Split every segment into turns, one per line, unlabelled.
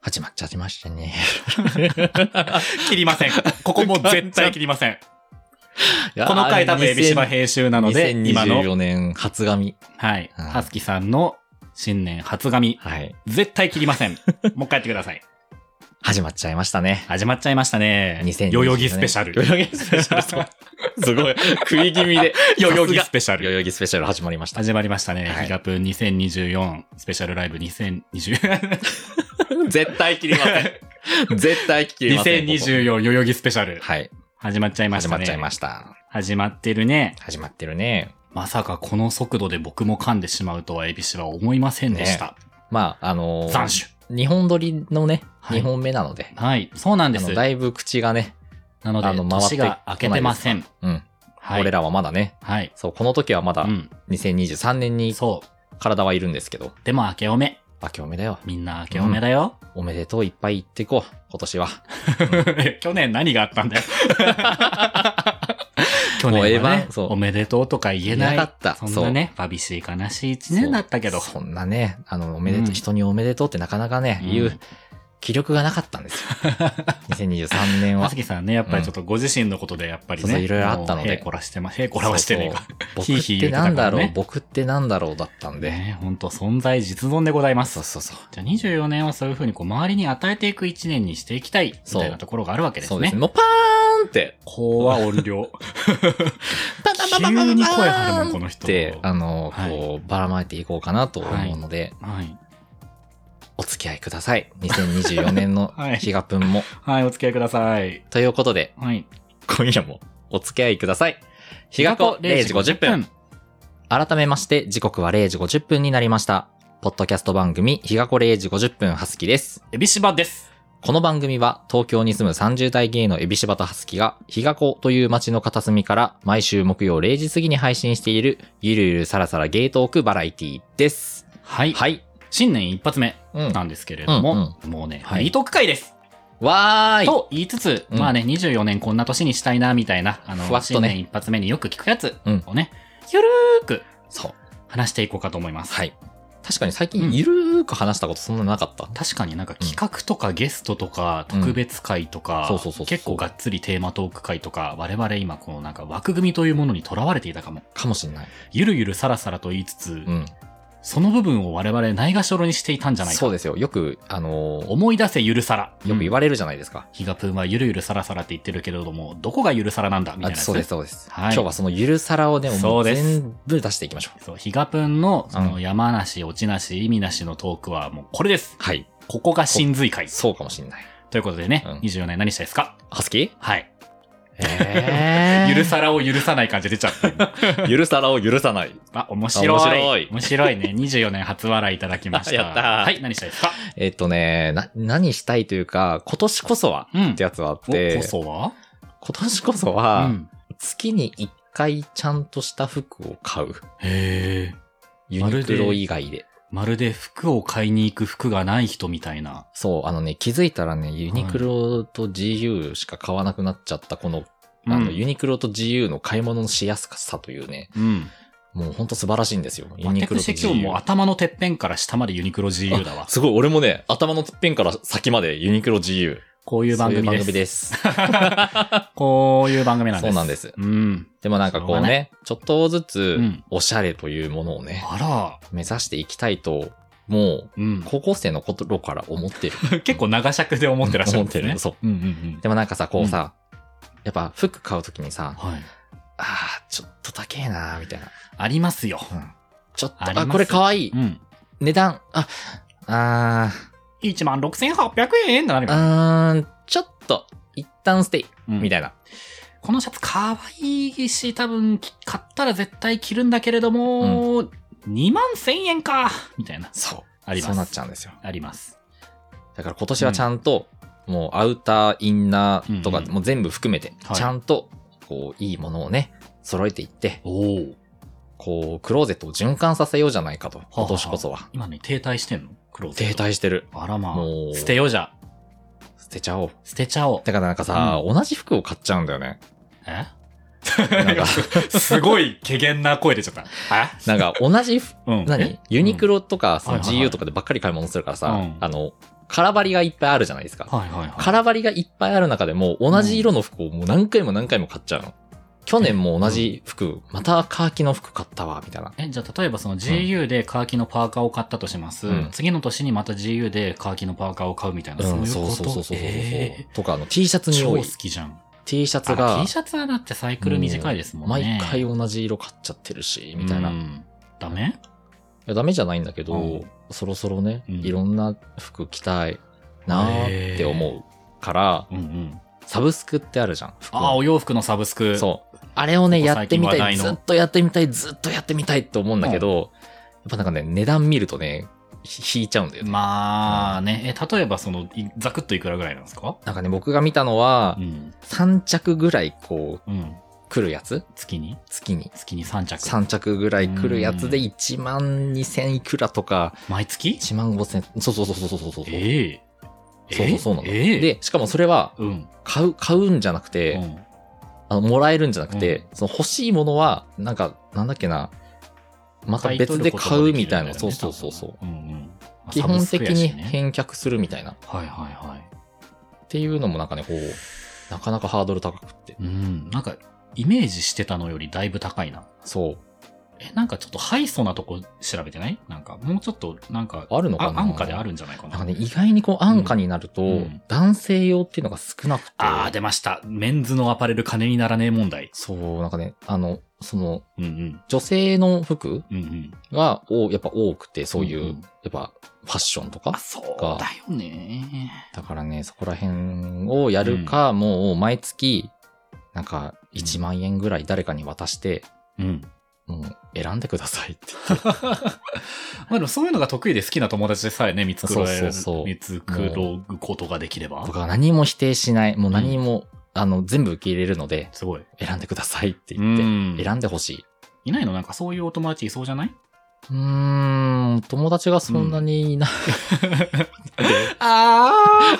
始まっちゃいましたね。
切りません。ここもう絶対切りま せん。この回多分、エビシバ編集
な
なので、今の、
2024年初紙。
はい、
うん
ハスキさんの新年初紙、
はい。
絶対切り ません。もう一回やってください。
始まっちゃいましたね。
始まっちゃいましたね。
2024年
代々木スペシャル。
代々木スペシャルそう。 すごい。食い気味で。
代々木スペシャ
代
ル。
々木スペシャル始まりました。
始まりましたね。
はい
ヒガプン2024スペシャルライブ2020。
絶対切りません。 絶対切りません。ここ
2024代々木スペシャル。
はい。
始まっちゃいまし
始
た
ま
ね。
っちゃいました。
始まってるね。
始まってるね。
まさかこの速度で僕も噛んでしまうとはエビシは思いませんでした。
まあ、あのー
残首。
日本撮りのね、
はい
2本目なので、
はい。そうなんで
あ
す。
のだいぶ口がね、
なので、
あの回って
年が明けてません。
うん、
はい。
俺らはまだね、
はい。
そう、この時はまだ
うん。
2023年に
そう。
体はいるんですけど、
でも明けおめ。
明けおめだよ。
みんな明けおめだよ。
おめでとういっぱい言ってこう、今年は。
去年何があったんだよ。去
もうええ
年は
わ
ね、
そう
おめでとうとか言えな
言え
い。
なかった
そんなね、寂しい悲しい一
そ
年
う
だったけど。
そんなね、あの、おめでとう、
うん
人におめでとうってなかなかね、
うん
言う気力がなかったんですよ。2023年
ま
は。
さきさんね、やっぱりちょっとご自身のことでやっぱり
そうそ
ね、
ういろいろあったので
もうへいこらしてま、へい こらはしてねえか。
そう
ヒー
僕っ
ヒー
てなんだろう、
言ってたから
僕
ね
ってなんだろうだったんで。
ね、本当存在実存でございま
そう
す。
そうそう。
じゃあ24年はそういうふうにこう周りに与えていく1年にしていきたいみたいなところがあるわけです
そう
ね。
ですね。もうパーンって、
こうは音量。
パ
急に声張るもん、この
っ
人。
て、あの、
はい
こう、ばらまいていこうかなと思うので、
はい。
お付き合いください。2024年の
はい
日がぷんも。
はい、お付き合いください。
ということで、
はい。
今夜もお付き合いください。日がこ0時50分。。改めまして、時刻は0時50分になりました。ポッドキャスト番組、日がこ0時50分、はすきです。
エビシバです。
この番組は、東京に住む30代芸のエビシバとハスキが、日がこという街の片隅から、毎週木曜0時過ぎに配信している、ゆるゆるさらさらゲートークバラエティです。
はい。
はい。
新年一発目
うん。
なんですけれども、もうね、
はい
いい特会です。
わーい。
と言いつつ、
うん
まあね、24年こんな年にしたいな、みたいな、あの、
ふわっと
新
ね
年一発目によく聞くやつ
うん
をね、ゆるーく
そう。
話していこうかと思います。
はい。確かに最近ゆるーく話したことそんななかった。
確かになんか企画とかゲストとか
うん
特別会とか
そうそうそうそう
結構がっつりテーマトーク会とか我々今このなんか枠組みというものにとらわれていたかも
かもしんない。
ゆるゆるさらさらと言いつつ、
うん。
その部分を我々ないがしろにしていたんじゃないか
そうですよ。よく、あのー
思い出せゆるさら
よく言
れ
われるじゃないですか。
ヒガプンはゆるゆるさらさらって言ってるけれどもどこがゆるさらなんだみた
あ
いなやつ
そうです、そうです。
はい
今日はそのゆるさらをね、も
そう
う
です
全部出していきましょう。
そうヒガプンのそうの山梨落ちなし意味なしのトークはもうこれです
はい。
ここが真髄会
そうかもしんない。
ということでね、
うん
24年何したいですか
はすき
はい
え
ゆるさらを許さない感じ出ちゃった
ら。ゆるさらを許さない。
あ、面白い。
面白い
面白いね。24年初笑いいただきまし た。
やったー
はい、何したいですか
えっとね、な、何したいというか、今年こそは
うん
ってやつはあっ
お、
て、
こそは
今年こそうは、
ん。
月に1回ちゃんとした服を買う。
へえ。
ユニクロ以外で。
まるで服を買いに行く服がない人みたいな。
そう、あのね、気づいたらね、ユニクロと GU しか買わなくなっちゃった、この、あの、ユニクロと GU の買い物のしやすさというね、
うん。
もうほんと素晴らしいんですよ。ユニクロと
私今日
GU。
もう頭のてっぺんから下までユニクロ GU だわ。
すごい、俺もね、頭のてっぺんから先までユニクロ GU。
こういう番組
そういう
で
番
す。
組です。
こういう番 組なんです。
そうなんです
うん。
でもなんかこう
しょうがな
ね、ちょっとずつ
うん、
おしゃれというものをね、
あら。
目指していきたいと、もう、
うん。
高校生の頃から思ってる。
結構長尺で 思ってらっしゃるんです
思って
ね。。
るそう
うんうんうん。
でもなんかさ、こうさ、やっぱ服買うときにさ、
はい。
あー、ちょっと高えなーみたいな。
ありますよ。
ちょっと、
あり
あ
ます
これ可愛い、
うん。
値段、あ、あ
16,800円だ
ー、
なる
う
か
ー
ら
ん、ちょっと、一旦ステイ、
うん
みたいな。
このシャツ可愛いし、多分き買ったら絶対着るんだけれども、2万1000円かみたいな。
そう。
あります。
そうなっちゃうんですよ。
あります。
だから今年はちゃんと、もうアウター、インナーとか、
うんうん
もう全部含めて、
はい
ちゃんと、こう、いいものをね、揃えていって、
おお。
こう、クローゼットを循環させようじゃないかと、今年こそは。
今ね、停滞してんのクローゼ
停
ット。
滞してる。
あらまあ
もう。
捨てようじゃ。
捨てちゃおう。
捨てちゃおう。
だからなんかさ、同じ服を買っちゃうんだよ ね。
え
なんか、
すごい、怪げな声出ちゃった。え
なんか同じ服
うん。
何ユニク
ロ
ロとか、その
はいはいはい
GU とかでばっかり買い物するからさ、
うん
あの、空張りがいっぱいあるじゃないですか。
はいはいはい。
空張りがいっぱいある中でも、同じ色の服をもう何回も何回も買っちゃうの。去年も同じ服、またカーキの服買ったわ、みたいな。
え、じゃあ例えばその GU でカーキのパーカーを買ったとします。
うん
次の年にまた GU でカーキのパーカーを買うみたいな、
うん、
そう
そ
いうう
そ
こと
うそうそうそう。
え
とか、あの、T シャツ
ー
に
超
多
好
い。
きじゃん。
T シャツ
あ
が
T、シャツはだってサイクル短いですもんね。
毎回同じ色買っちゃってるし、みたいな。
う
い
んダメ
やダメじゃないんだけど、
うん
そろそろね、
うん
いろんな服着たいなーって思うから、
うんうん。
サブスクってあるじゃん。服の
ああ、お洋服のサブスク。
そう。あれをね、
ここ
やってみ
最近
たい。
話題の
ずっとやってみたい、ずっとやってみたいって思うんだけど、やっぱなんかね、値段見るとね、ひ引いちゃうんだよね。
まあね、え、例えばその、いざくっといくらぐらいなんですか
なんかね、僕が見たのは
う、ん。
3着ぐらいこう、
うん。
来るやつ
月に
月に。
月に3着。
3着ぐらい来るやつで1万2000いくらとか、
毎月
1万5000、そうそうそうそうそうそうそう。
ええ
そうそうそうなんだ。
ええ
で、しかもそれは、
うん。
買う、買うんじゃなくて、
うん
あの、もらえるんじゃなくて、その欲しいものは、なんか、なんだっけな、また別で買うみたいな、そうそうそうそう。。
うんうん、
基本的に返
変。
却するみたいな。っ
はいはいはい。
ていうのもなんかね、こう、なかなかハードル高くって。
うん。なんか、イメージしてたのよりだいぶ高いな。
そ
え、なんかちょっとハイソなとこ調べてないなんか、もうちょっと、なんか、
う。あるのかな
安価であるんじゃないか
な
な。
んかね、意外にこう安価になると、
うんうん
男性用っていうのが少なくて。
あー、出ました。メンズのアパレル金にならねえ問題。
そう、なんかね、あの、その、
うんうん。
女性の服
うんうん。
が、おやっぱ多くて、そういう、
うんうん
やっぱ、ファッションと
あ、
か。
そうだよね。
だからね、そこら辺をやるか、もう毎月、なんか、1万円ぐらい誰かに渡して、
うん。
もう選んでくださいって。
まあでもそういうのが得意で好きな友達でさえね、見つくろえ
そうそうそう
見つくろうことができれば
僕。は何も否定しない。もう何も、あの、全部受け入れるので、
すごい。
選んでくださいって
う
言って、
ん
選んでほしい。
いないのなんかそういうお友達いそうじゃない
うーん、友達がそんなにいない。
ああ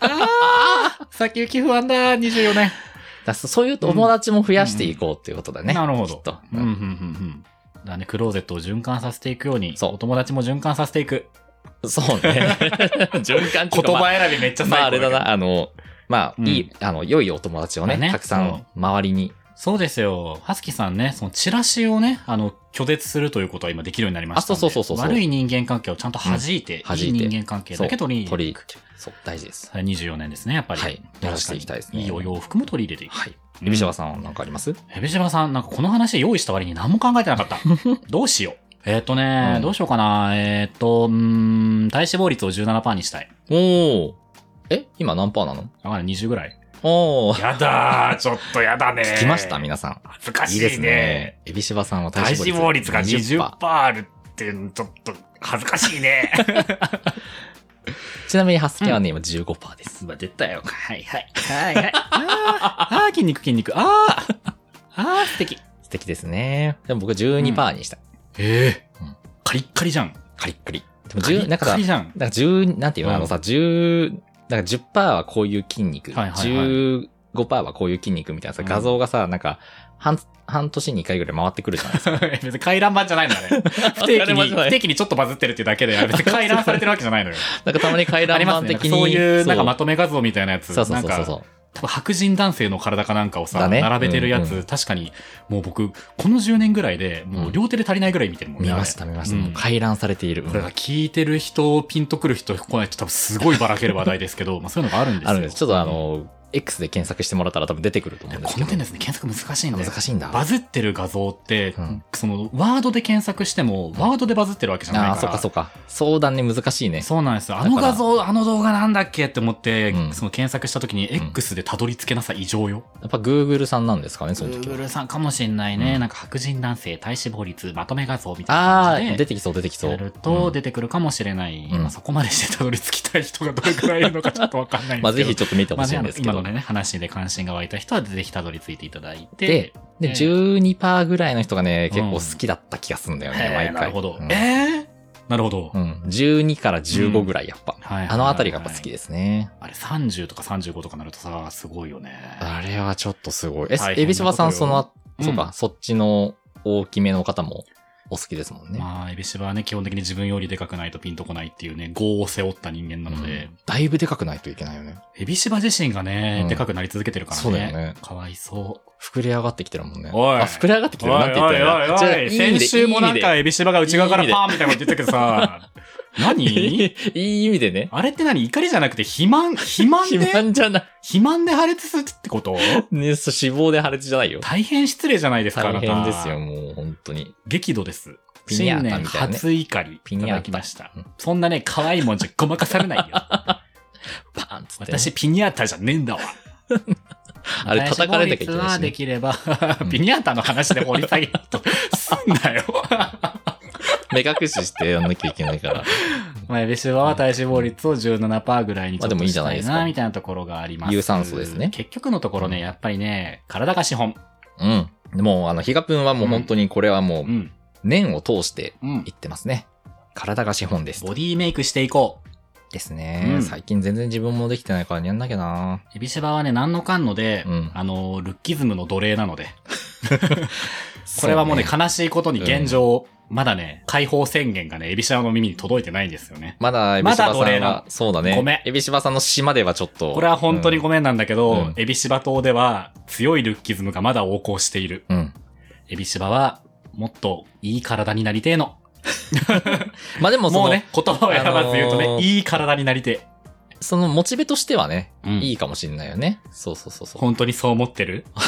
ああ先行き不安だ、24年。
だそそういう友達も増やしていこうっていうことだね。
なるほ
きっ
ど
と。
うん、うん、うん、うん。だね、クローゼットを循環させていくように、
そう
お友達も循環させていく。
そう ね。循環器
言葉選びめっちゃ
まあ、まああ
最
れだ
高けど
な、あの、まあ、
うん
いい、あの、良いお友達をね、
だね
たくさん周りに。
そうですよ。はすきさんね、そのチラシをね、あの、拒絶するということは今できるようになりましたんで。
あそうそうそうそうそう
悪い人間関係をちゃんと弾い
う
て、
ん弾
い
い
い
て
人間関係だけ取り入
取り
れてい
入
く。
れてそう、大事です。
24年ですね、やっぱり。
はい
確かに
やらしていきたいですね
いいお洋服も取り入れていく。
はい。
うん
エビシャバさんは何かあります
ヘビシバさん、なんかこの話用意した割に何も考えてなかった。どうしよう。えーっ、とね、
うん
どうしようかな。えーっ、と、うーん、体脂肪率を17%にしたい。
おお。え今何パーなの
だから20ぐらい。
おお。
やだー、ちょっとやだね
聞きました皆さん。
恥ずか
いいですね。エビシバさんは体脂肪率
あるっていうの、ちょっと恥ずかしいね。
ちなみにハスキーはね、今15%です。
まあ、出たよ。はいはい。は いはい。あーあー、筋肉筋肉。あーあー、素敵。
素敵ですね。でも僕12%にした。
ええ
うん
カリッカリじゃん。
カリッカリ。でも
カリ
10、なん
ッ
かさ、
カ
なん
リ
か
じゃん。
10、なんていうの、
うん
あのさ、10、なんか10%はこういう筋肉、
はいはいはい
15%はこういう筋肉みたいなさ、
うん
画像がさ、なんか、半、半年に1回ぐらい回ってくるじゃない ですか。
別に回覧板じゃな いのあれ。不定
回
期
覧板
に、
じゃない
不定期にちょっとバズってるっていうだけで、別に回覧されてるわけじゃないのよ。
なんかたまに 回
あ
覧
ります
板
ね。
的に。
そういう、なんかま
と
とめ画像みたいなやつ。
そうそうそう
な
そ
ん
う
か
そう。
多分白人男性の体かなんかを
だ
さ、
ね
並べてるやつ、
うんう
確かに、もう僕、この10年ぐらいで、もう両手で足りないぐらい見てるもんね。
見
あれ
ました見ました。
うん
もう回覧されている。
これが聞いてる人、ピンとくる人、来ない人、多分すごいばらける話題ですけど、まあそういうのがあるんですよ。
あるんです。ちょっとあ、の、X で検索してもらったら多分出てくると思うんです
こ
け
の
ど。
点ですね、検索難しいんだよ。
難しいんだ。
バズってる画像って、
うん
その、ワードで検索しても、ワードでバズってるわけじゃない
あ
か
あ、
ら。
そっかそっか。相談ね、難しいね。
そうなんですよ。あ
だ
の
から
画像、あの動画なんだっけって思って、
うん
その検索した時に
うん
X でたどり着けなさ異常よ。
やっぱ Google さんなんですかね、その時は。
Google さんかもしんないね。
うん
なんか白人男性体脂肪率まとめ画像みたいな
あ
感
あ、
じ
出
で。
てきそう、出てきそう。
やると
うん
出てくるかもしれない。
うん
まあ、そこまでしてたどり着きたい人がどれくらいいるのかちょっとわかんない ん
ま
で
あ、ぜ
すけど。
ひちょっと見てほ
まあ
しいん
ね
ですけ
今
ど。
の
で、
ね、話で関心が湧いた人はぜひたどり着いていただいて。
で
ええ
12%ぐらいの人がね、
う
結
ん
構好きだった気がするんだよね、
へ
毎回。
ーなるほど。
うん
えーなるほど。
うん。12から15ぐらい、やっぱ。
はいはいはい
あのあたりがやっぱ好きですね。
あれ30とか35とかなるとさ、すごいよね。
あれはちょっとすごい。え
大変なこ、とよ
エビシバさん、その、
うん
そうか、そっちの大きめの方もお好きですもんね。
まあ、エビシバはね、基本的に自分よりでかくないとピンとこないっていうね、業を背負った人間なので、
うんだいぶでかくないといけないよね。
エビシバ自身がね、
うん
でかくなり続けてるからね。
そうだよね
かわいそう。
膨れ上がってきてるもんね。
おい
あ、膨れ上がってきてるなんて言っ
お
た
い
らいいのじゃあ
おいおい先週もなんか、エビシバが内側からパーンみたいなこと言ってたけどさ、
いい意味
何
で、いい いい意味でね。
あれって何怒りじゃなくて、肥満、肥満で、
肥満じゃない。
肥満で破裂するってこと
ね、そう脂肪で破裂じゃないよ。
大変失礼じゃないですか、あ
大
なた
変ですよ、。もう、本当に。
激怒です。
ピニャータ
新年
みたいなね
初怒り。
ピ
ピ
ニャ
ニ
ー
ャ
タ
ーました。そんなね、可愛いもんじゃごまかされないよ。
バーンっつってね、
私、ピニャータじゃねえん だわ。
あれ叩かれたきゃいけ
私
ない
は
し
で
ね。
きれば
うん、
ピニャータの話で掘り下げると、すんな よ。
目隠ししてやんなきゃいけない から。
まあ、エビシバは体脂肪率を17%ぐらいにち
ま
ょっ
あでも
と
いいじ
し
ゃな
た
いで
い
すか
な、みたいなところがあります。
有酸素ですね
結局のところね、やっぱりね、体が資本。
うん。もう、あの、ヒガプンはもう本当にこれはもう
う、ん。
年を通して
うん。
言ってますね。体が資本です。
ボディメイクしていこう。
ですね、
うん
最近全然自分もできてないからやんなきゃな
エビシバはね、何のかんので、
うん
あの、ルッキズムの奴隷なので。これはもうね、悲しいことに現状、まだね、解放宣言がね、エビシバの耳に届いてないんですよね。
まだ、エビシバさん
まだ奴
は
隷な、
そうだね。
ごめん
エビシバさんの島ではちょっと。
これは本当に
ご
ごめんなんだけど、
うん
エビシバ島では強いルッキズムがまだ横行している。
めん。うん。
エビシバは、もっといい体になりてえの。
まあでもその、
もうね、言葉を選ばず言うとね、
あのー
いい体になりて
そのモチベとしてはね、
え。うん
いいかもしれないよね。そうそうそうそう。
本当にそう思ってる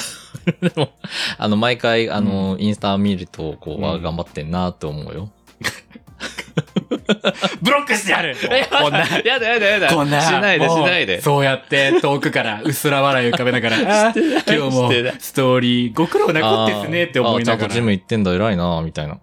でも、あの、毎回、あの、インスタ見ると、こう、わあ頑張ってんなって思うよ。
ブロックしてや るこんな。
やだやだやだ。
こんな。
しないでし
もう
ないで。
そうやって遠くからうっすら笑い浮かべながら、あー今日も
してない
ストーリーご苦労なこってですねって思いな
あーちゃ
が
んとジ
ら
ム。行ってんだ、偉いなみたいな。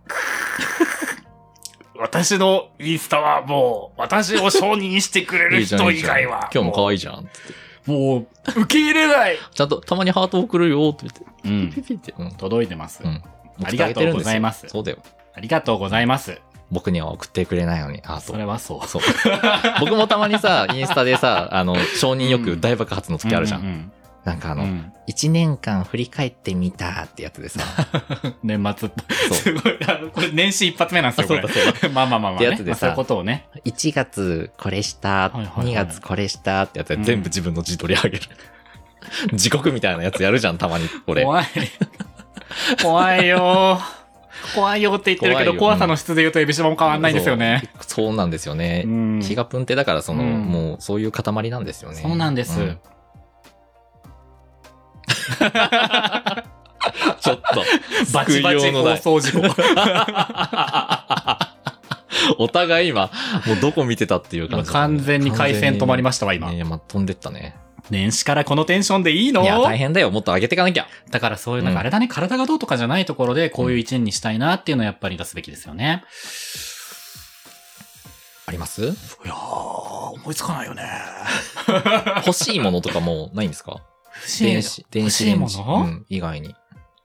私のインスタはもう、私を承認してくれ
い
る
いじゃん
人
いい
以
じゃん
外は。
今日も可愛いじゃん。つって
もう、受け入れない。
ちゃんと、たまにハート送るよって言って、
う
ピ。
ん
ピって。うん。
届いてます。
うん。
ありがとうございます
僕伝えてるんでよそうだよ。
ありがとうございます。
僕には送ってくれないのに、ハート
そ。れはそう。
そう。 僕もたまにさ、インスタでさ、あの、承認欲大爆発の時あるじゃん。
う
なんかあ
う
の、
うん
一年間振り返ってみたってやつで さ、
年末っぽい。
そ
すごい。あのこれ年始一発目なんです
あ
よ、こ
そう
れ
だ。そうだ。
まあまあまあ
っ
まあ、
てや
ね
つ。で
まあ
さ
そういうことをね。
1月これした、
はいはいはい
2月これしたってやつで
うん
全部自分の自撮り上げる。 地獄みたいなやつやるじゃん、たまに、俺。
怖い。怖いよー。怖いよって言ってるけ
怖い
ど、
よ
怖さの質で言うとエビシバも変わんないですよね。
そう。そうなんですよ
う
ね。
ん。
ヒガプンってだからその、
うん
もうそういう塊なんですよね。
そうなんです。、
んちょっと
バチバ
救
チ
いようのな
放
い
送事故。
お互い今、もうどこ見てたっていう感
今
じ、
完全に回線止まりま
し
したわ、今。
ねまあ、飛んでったね。
年始からこのテンションでいいの
いや、大変だよ。もっと上げていかなきゃ。
だからそういう、
うん
なんかあれだね、体がどうとかじゃないところで、こういう一年にしたいなっていうのはやっぱり出すべきですよね。
あります
いやー、思いつかないよね。
欲しいものとかもうないんですか
不思議
電子、電子レンジ。
欲しいもの
うん、以外に。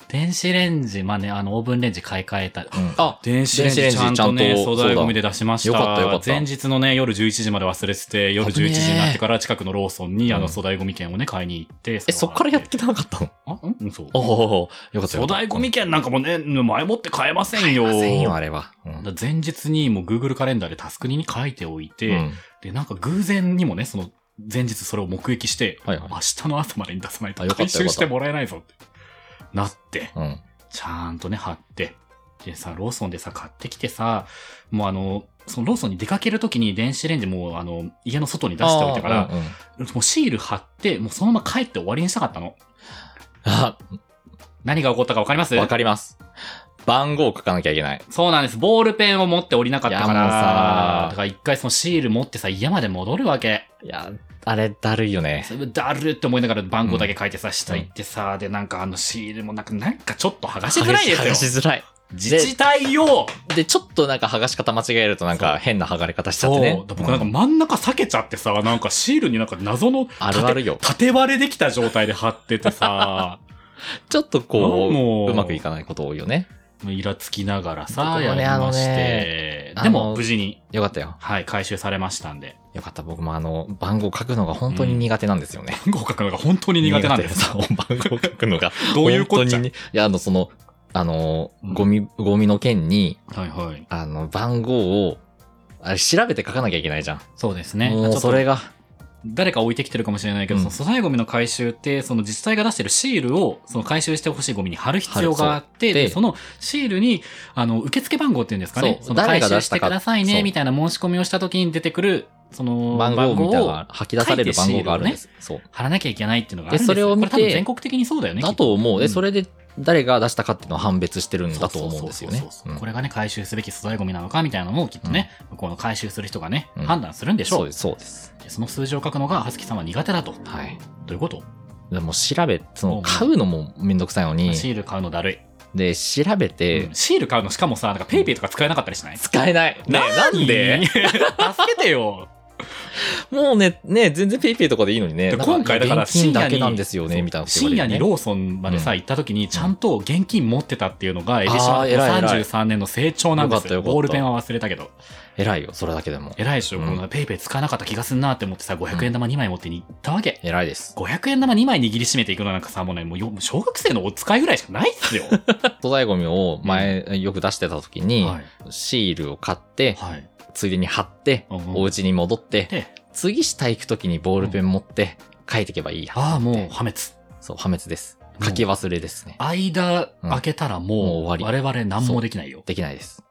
電子レンジ、まあね、あの、オーブンレンジ買い替えた。
うんあ、
電
子レンジちゃんとね
素材ゴミで出しました。
よかったよかった
前日のね、夜11時まで忘れてて、夜
危ねえ
11時になってから近くのローソンに、あ
うん
の、粗大ゴミ券をね、買いに行って。
え、そっからやってなかったの
あうん、そう。
おおよかったよかった。
粗大ゴミ券なんかもね、前もって買えませんよ。
うん。せんよ、あれは。うん
だから前日にもう Google カレンダーでタスクに書いておいて、
うん
で、なんか偶然にもね、その前日それを目撃して、
はいはい
明日の朝までに出さない
あ
と
よかったよ
回収
かった
してもらえないぞってなって、
うん。
ちゃんとね、貼って、でさ、ローソンでさ、買ってきてさ、もうあの、そのローソンに出かけるときに電子レンジもうあの、家の外に出しておいたか
あ
ら
ー、うんうん
もうシール貼って、もうそのまま帰って終わりにしたかったの。
あ、
何が起こったかわかります
わかります。番号書かなきゃいけない。
そうなんです。ボールペンを持っておりなかったか
いやもうさ
ら、だから一回そのシール持ってさ、家まで戻るわけ。
いや、あれだるいよね。
それだるって思いながら番号だけ書いてさ、下行ってさ、で、なんかあのシールもなんか、なんかちょっと剥がしづらいで
剥がし
すよ。
づらい。
自治体よ
で、ちょっとなんか剥がし方間違えるとなんか変な剥がれ方しちゃって
そう。
ね。
僕なんか真ん中避けちゃってさ、なんかシールになんか謎の
あるあるよ。
縦割れできた状態で貼っててさ、
ちょっと こ
も
う、
う
うまくいかないこと多いよね。
もうイラつきながら
僕も
さ、
ね
やりまして、
あのね
で
あの
も無事に、
よかったよ。
はい、回収されましたんで。
よかった。僕もあの、番号書くのが本当に苦手なんですよね。
番号書くのが本当に苦手なんです。
苦手そう番号書くのが。
どういうこっちゃ
本当にねいや、あの、その、あの
う、ん
ゴミ、ゴミの件に、
はいはい。
あの、番号を、あれ調べて書かなきゃいけないじゃん。
そうですね。
も
ちょ
う
っと
それが、
誰か置いてきてるかもしれないけど、
うん
その粗大ゴミの回収って、その自治体が出してるシールを、その回収してほしいゴミに貼る必要があっ
貼るそう
て、で
で
そのシールに、あの、受付番号っていうんですかね。
そう
その
誰
回
が出
収
し
したて
か
ください
そう
ね、みたいな申し込みをした時に出てくる、その
番号みたいなのが吐き出される番号があるんです。そう。
貼らなきゃいけないっていうのがあるんです
でそれを見て
こ多分全国的にそうだよね。
だと思う。
う
え、
ん
それで誰が出したかっていうのを判別してる
き
ん
っ
だと思うんですよ
そ
ね
うそう。そううそうんこれがね、回収すべき粗大ゴミなのかみたいなのをきっとね、向こうの回収する人がね、
うん
判断するんでし
そ
ょ
う
う
です。そうです。
でその数字を書くのが、はすきさんは苦手だと。ど
はい。
ういうこと、
でも調べ、そ
うんう
の
ん
買うのもめんどくさいのに、
シール買うのだるい。
で、調べて
うん、シール買うのしかもさ、なんかペイペイとか使えなかったりしない、
使えない。ねえなんで
助けてよ。
もうね、ねえ全然ペイペイとかで いいのにね。
で今回だから
現金
深夜
だ
に
けなんですよね、みたいなこと言わ
深
れ
夜
るね
にローソンまでさ、
う
行った時に、ちゃんと現金持ってたっていうのが、エビシ
あ
マ
ー偉い偉い
33年の成長なんで
よかっ
す
たよ
よ。
かった
ボールペンは忘れたけど。
偉いよ、それだけでも。
偉いでしょ、
うん
このペイペイ使わなかった気がすんなって思ってさ、500円玉2枚持ってに行ったわけ。
偉いです。
500円玉2枚握りしめていくのなんかさ、もうね、もうよ小学生のお使いぐらいしかないっすよ。
粗大ゴミを前、よく出してた時に、
はい。
シールを買って、
はい。
ついでに貼って、
うんうん
お家に戻って、
で、
次下行く時にボールペン持って、書いていけばいいや。
ああ、もう破滅。
そう、破滅です。
もう
書き忘れですね。
間開けたらもう、
もう終わ
我々何もできないよ。
できないです。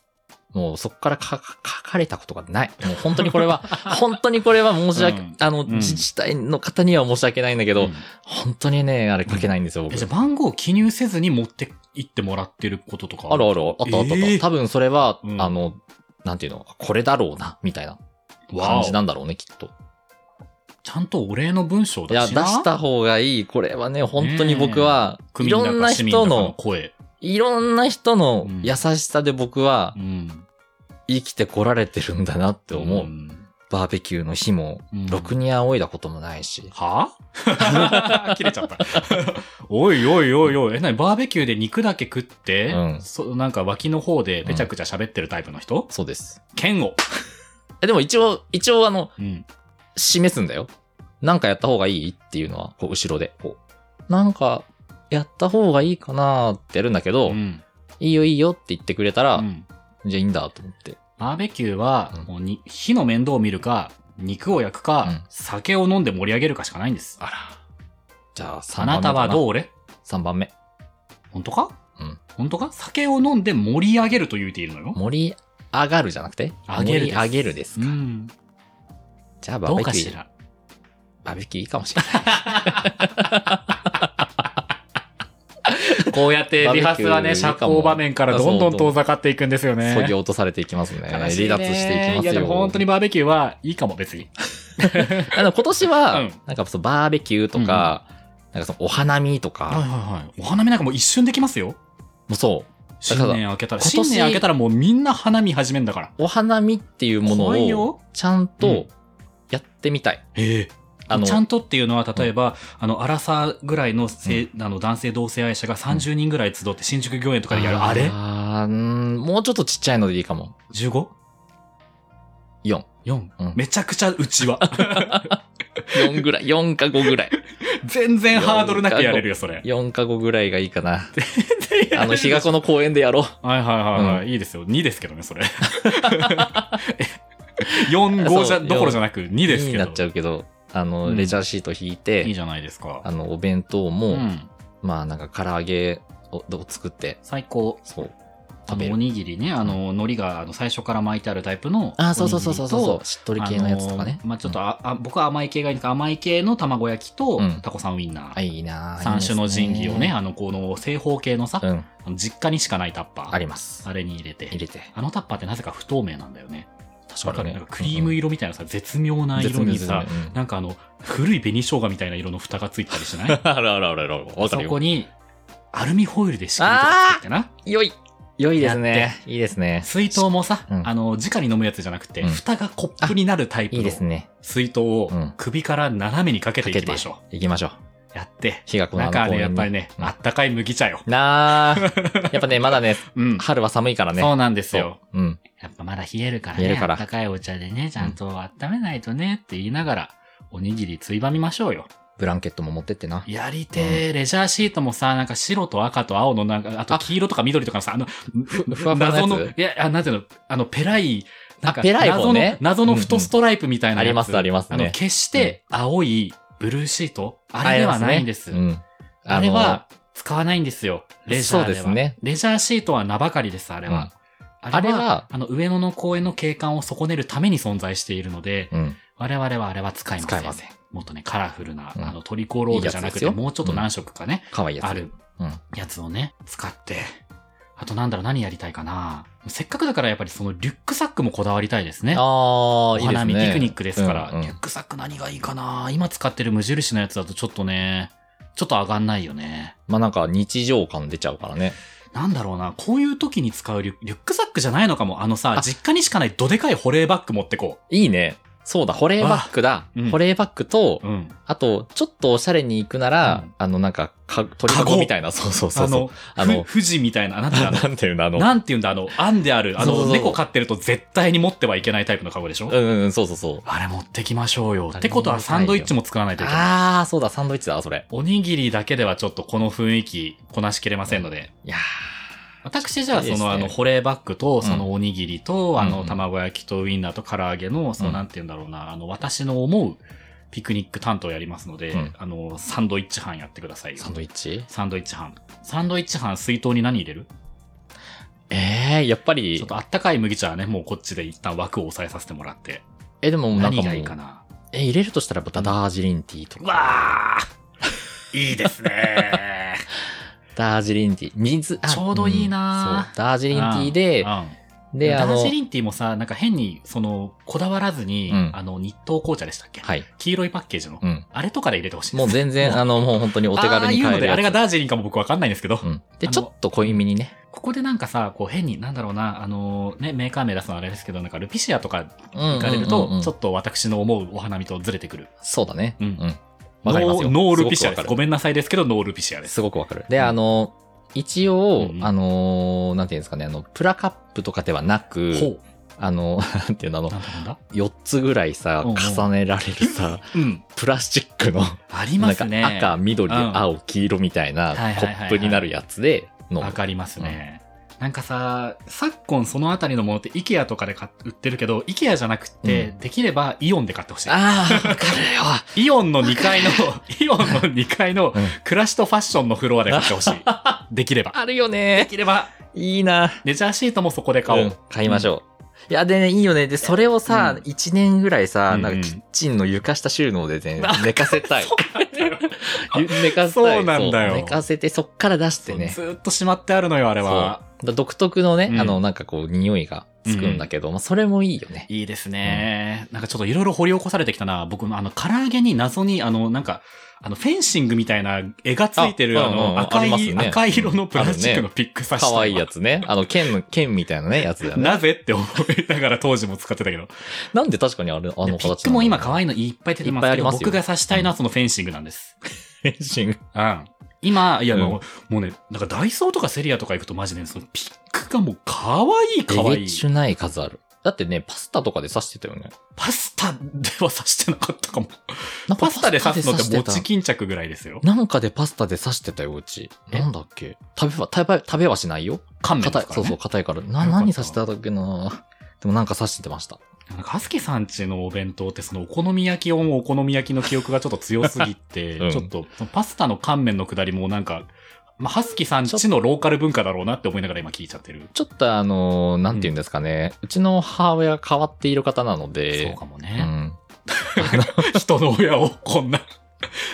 もうそこからかか書かれたことがない。もう本当にこれは、 本当にこれは申し訳、
うん
あの、
ん
自治体の方には申し訳ないんだけど、
うん
本当にね、あれ書けないんですよ、僕
えじゃ。あ番号を記入せずに持って行ってもらってることとか
あるある、あったあったあった。
えー
多分それは、
うん
あの、なんていうの、これだろうな、みたいな
わ
感
お
じなんだろうね、きっと。
ちゃんとお礼の文章
い
だ
や、
し
出
な。
した方がいい。これはね、本当に僕は、い
組
ろんな
市民だ
人
か
の、
声。
いろんな人の
うん
優しさで僕は
うん。
生きてこられてるんだなって思う。
ん
バーベキューの日も、
うん
ろくに仰いだこともないし。
は ぁ切れちゃった。おいおいおいおい。え、なに、バーベキューで肉だけ食って、
うん
そなんか脇の方でぺちゃくちゃ喋ってるタイプの人、
そうです。
剣を。
えでも一応、一応あの、
うん。
示すんだよ。なんかやった方がいいっていうのは、こう、後ろで。こう。なんか、やった方がいいかなーってやるんだけど、
うん
いいよいいよって言ってくれたら、
うん
じゃあいいんだと思って。
バーベキューは
うん、
もうに、火の面倒を見るか、肉を焼くか、
うん
酒を飲んで盛り上げるかしかないんです。
あら。じゃあ3
あ
番目
なたはど
う
う俺
?3 番目。
本当か
うん
本当か酒を飲んで盛り上げると言うているのよ。
盛り上がるじゃなくて、
上げる
盛り上げるです
う
か。
ん。
じゃあバ
ど
ー
う
ベキ
かし
ュー、
ら。
バーベキューいいかもしれない。こうやって
でリハスはね、社交場面からどんどん遠ざかっていくんですよね。
そぎ落とされていきますね。離
悲
脱し
してい
い
ね
きますよ。
いや、でも本当にバーベキューはいいかも、別に。
あの今年は、
うん
なんかそのバーベキューとか、なんかそのお花見とか、
はいはいはい。お花見なんかもう一瞬できますよ。
もうそ
新年明けたら。
今年
新年明けたらもうみんな花見始めんだから。
う、お花見っていうも
怖い
のを
よ
ちゃん
う
と
ん
やってみたい。
ええ
あの
ちゃんとっていうのは、例えば、あの、アラサーぐらいの性、あの男性同性愛者が30人ぐらい集って新宿御苑とかでやる。あれ
あーうんもうちょっとちっちゃいのでいいかも。
?15?4?
うん
めちゃくちゃうちは。
44ぐらい4か5ぐらい
全然ハードルなくやれるよ、それ。
4か5ぐらいがいいか なあの日がこの公園でやろう
はいはいはいはい。いいですよ。2ですけどね、それ。4、5じゃ、
そう
どころじゃなく2です
に
け
なっ
ど。
ちゃうけどあの、
うん
レジャーシート引い
いい
て
じゃないですか。
あのお弁当も、
うん。
まあなんか唐揚げをを作って
最高。
そう
あ
食べ
の、お
る
にぎりね、あの、海苔があの最初から巻いてあるタイプの。
あーそうそうそうそう
おにぎ
そ
りと
うしっとり系のやつとかね、
あのーまあちょっとあ、あ僕は甘い系がいいんですけど甘い系の卵焼きと、
うん
タコさんウインナ
あ
ー。
いいな
三種の神器をね、
あ
あの、この正方形のさ、
うん
あの実家にしかないタッパー。
あります
あれに入れて。
入れて
あのタッパーってなぜか不透明なんだよね。
確かにね
わるなんかクリーム色みたいなさ、絶妙な色にさ、
うん
なんかあの、古い紅生姜みたいな色の蓋がついてたりしない
あるあるあるあるわか
そ
る
こ
よ
に、アルミホイルで仕切りとかついてな。
良い良いですねいいですね
水筒もさ、
うん
あの、直に飲むやつじゃなくて、
うん
蓋がコップになるタイプ
いいです
の
ね
水筒を
うん
首から斜めにかけていきましょう。
行きましょう
やって。
日がこのあの
中は
公
ね、やっ
園
ぱりね、
うん
あったかい麦茶よ。
なあ。やっぱね、まだ ね、
うん。
春は寒いからね。
そうなんですよ。
そう。うん。
やっぱまだ冷えるから
冷え
ね
る、から
あったかいお茶でね、ちゃんと温めないとねって言いながら、おにぎりついばみましょうよ。
ブランケットも持ってってな。
やりてー、レジャーシートもさ、なんか白と赤と青のなんか、あと黄色とか緑とかのさ、あの、
ふわふわのやつ
謎の、いや、あなんていうの、あの、ペライ、なんか、
あペライ
謎
方
の、
ね
謎の太ストライプみたいな
あ
やつ、
りますありますね
の、決して青いブルーシート、あれではないんです。あ
うん。の
れは、使わないんですよ。レジャーでは。
そうですね
レジャーシートは名ばかりです、あれは。あ
あ
れ
れ
は、
は
あの、上野の公園の景観を損ねるために存在しているので、
うん。
我々はあれは使いません。
使いません
もっとね、カラフルな、
うん
あの、トリコロールじゃな
いや
い
つです
くて、
よ
もうちょっと何色かね、
かわいいやつ。
ある
うん。
やつをね、使って。あとなんだろう、何やりたいかな。せっかくだからやっぱりそのリュックサックもこだわりたいですね。
あ
お
あ、いいですね。
花見、ピクニックですから、
うんうん
リュックサック何がいいかな今使ってる無印のやつだとちょっとね、ちょっと上がんないよね。
まあなんか日常感出ちゃうからね。
なんだろうな、こういう時に使うリュリュックサックじゃないのかも。あのさ、
あ
実家にしかないどでかい保冷バッグ持ってこ
いいね。そうだ、保冷バッグだ
うん。
保冷バッグと、
う。うん。
あと、ちょっとおしゃれに行くなら、
うん
あの、なんか、か鳥
カゴ
籠みたいな、 そうそうそうそう。
あ
あ
の、
の
ふ富士みたいな、あなたあの、
なんて いうの、あの、
なんて言うんだ、あの、案である、あ
そうそう
の、
そう
猫飼ってると絶対に持ってはいけないタイプのカゴでしょ
うんうんうん、そうそうそう。
あれ持ってきましょうよ。
あれ
ってことはサンドイッチも作らないといけない。
あー、そうだ、サンドイッチだ、それ。
おにぎりだけではちょっとこの雰囲気こなしきれませんので。
いや
私じゃ
い
あ
い
そ
ですね
のあの保冷バッグと
ん
そのおにぎりとあ
うん
の
うん
卵焼きとウインナーと唐揚げのそうの
ん
なんて言うんだろうなあの私の思うピクニック担当やりますので
うん
あのサンドイッチ班やってください
ー、
よ
サンドイッチ
サンドイッチ班サンドイッチ班水筒に何入れる
えー、やっぱ
ちょ
り
っ、とあったかい麦茶はねもうこっちで一旦枠を押さえさせてもらって
え、でもなんかも
何
う
がいいかな
え、入れるとしたら、ダダージリンティーとか。
わあいいです ね
ダージリンティー。水、あ
ちょうどいい
う
な
んそう、ダージリンティーで、
うん
で、あ
ダー
の
ジ、リンティーもさ、なんか変に、その、こだわらずに、
うん
あの、日東紅茶でしたっけ、
はい。
黄色いパッケージの。
うん。
あれとかで入れてほしい
もう全然、あの、もう本当にお手軽に
ああいう
買
の
える
で、あ
や
れ
つ。
がダージリンかも僕わかんないんですけど、
うん。で、
あの
ちょっと濃いめにね。
ここでなんかさ、こう変に、なんだろうな、あの、ね、メーカー名出すのあれですけど、なんかルピシアとか
行
行かれると、ち
と。
ょっと私の思うお花見とずれてくる。
そうだね。
うん
うん。わかりますよ。
ノーノールピシアで
すご
すご
くわか
めんなさいですけど、ノールピシアで
る。
す。
すごくわかる。
う
で、
ん
あの、一応
うんう、ん
あのー、なんていうんですかね、あの、プラカップとかではな
ほ
く、
う。
あの、 なんていうの、あの
な、んだなんだ
4つぐらいさ、
うんうん
重ねられる さ、
うん。
プラスチックの、
あり
な
ま
ん
す
か
ね。
赤、緑、
うん
青、黄色みたいな
はいはい
コ
はいはい
ップになるやつで飲む
わ。かりますね。なんかさ、昨今そのあたりのものって IKEA とかで買っ売ってるけど、IKEA じゃなくて、
うん
できればイオンで買ってほしい。
ああ、わかるよ。
イオンの2階の、 イオンの2階の
うん
暮らしとファッションのフロアで買って ほしい。できれば。
あるよ
で
ね。
きれば、
いいな。
レジャーシートもそこで買おう。
ん買いましょう。いや、でね、いいよね。で、それをさ
う、
一、年ぐらいさ、
うんうん
なんかキッチンの床下収納でね、寝かせたい。ゆ寝かせたい。
そうなんだよ
そう寝かせて、そっから出してね。
ず
そう
ーっとしまってあるのよ、あれ
だ
は。
独特のね、
うん
あの、なんかこう、匂いがつくんだけど、まあ、それもいいよね。
いいですね。なんかちょっといろいろ掘り起こされてきたな。僕もあの、唐揚げに謎に、あの、なんか、あの、フェンシングみたいな絵がついてる、
あ
あ
うんうん
の、赤
あります
い、
ね
赤い色のプラスチック
ある
のピック刺して。
可愛いやつね。あの、剣の、剣みたいなね、やつだよね。
なぜって思いながら当時も使ってたけど。
なんで確かにあれ、あ
で
の
ピッ
形
クも今可
い
愛いのいっぱい出てま
いっぱいあ
すけ
り
ど、
ますよ
僕が刺したいのはそのフェンシングなんです。
い。フェンシング。
うん。今、いや、
うん
もうもうね、なんかダイソーとかセリアとか行くとマジで、そのピックがもう可愛い可
え
愛
げ
い。
ちゅない数ある。だってね、パスタとかで刺してたよね。
パスタでは刺してなかったかも。
なんか
パスタで刺すのって
パスタで刺して
も
た
ち巾着ぐらいですよ。
なんかでパスタで刺してたよ、うち。
え
なんだっけ食べは、食べ、食べはしないよ。
乾麺で
硬い、
すから
そう
ね。
そう、硬いから。な、
よかった
何刺してたっけなでもなんか刺してました。
なんか、ハスケさんちのお弁当って、そのお好み焼きオンお好み焼きの記憶がちょっと強すぎ て、
うん
ちょっと、そのパスタの乾麺のくだりもなんか、まあ、ハスキさんちのローカル文化だろうなって思いながら今聞いちゃってる。
ちょっとあのーなんて言うんですかね。うちの母親が変わっている方なので。
そうかも
う
ね。
ん。
人の親をこんな、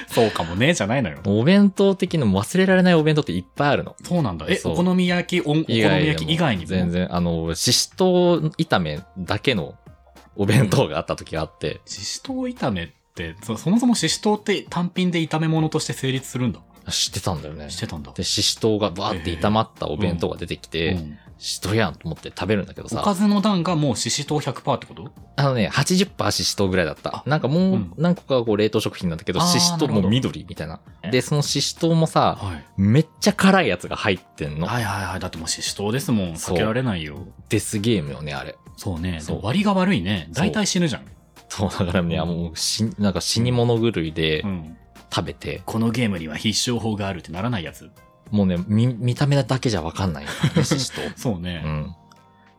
そうかもね、じゃないのよ。
お弁当的な忘れられないお弁当っていっぱいあるの。
そうなんだ。え、
そう
お好み焼きオンお好み
以外でも
焼き以外にも。
全然、あの、ししとう炒めだけのお弁当があった時があって。
ししとう炒めって、そそもそもししとうって単品で炒め物として成立するんだ。
知ってたんだよね。
してたんだ。
で、ししとうがバーって炒まったお弁当が出てきて、
うん
ししとうやんと思って食べるんだけど
お
さ。
かずの段がもうししとう100%ってこと
あのね、80%シシトウぐらいだった。なんかも
う
うん何個かこう冷凍食品なんだけど、
あー
シシトウも
なるほど
緑みたいな。で、そのシシトウもさ、
はい。
めっちゃ辛いやつが入ってんの。
はいはいはい。だってもうししとうですもん。
そう
避けられないよ。
デスゲームよね、あれ。
そうね。
そう
でも割りが悪いね。
そう
大体死ぬじゃん。
そう、だからね、あもう死、なんか死に物狂いで
う、ん。
食べて、
このゲームには必勝法があるってならないやつ。
もうね、見、見た目だけじゃわかんない。レシスト。
そう
う
ね。
ん。っ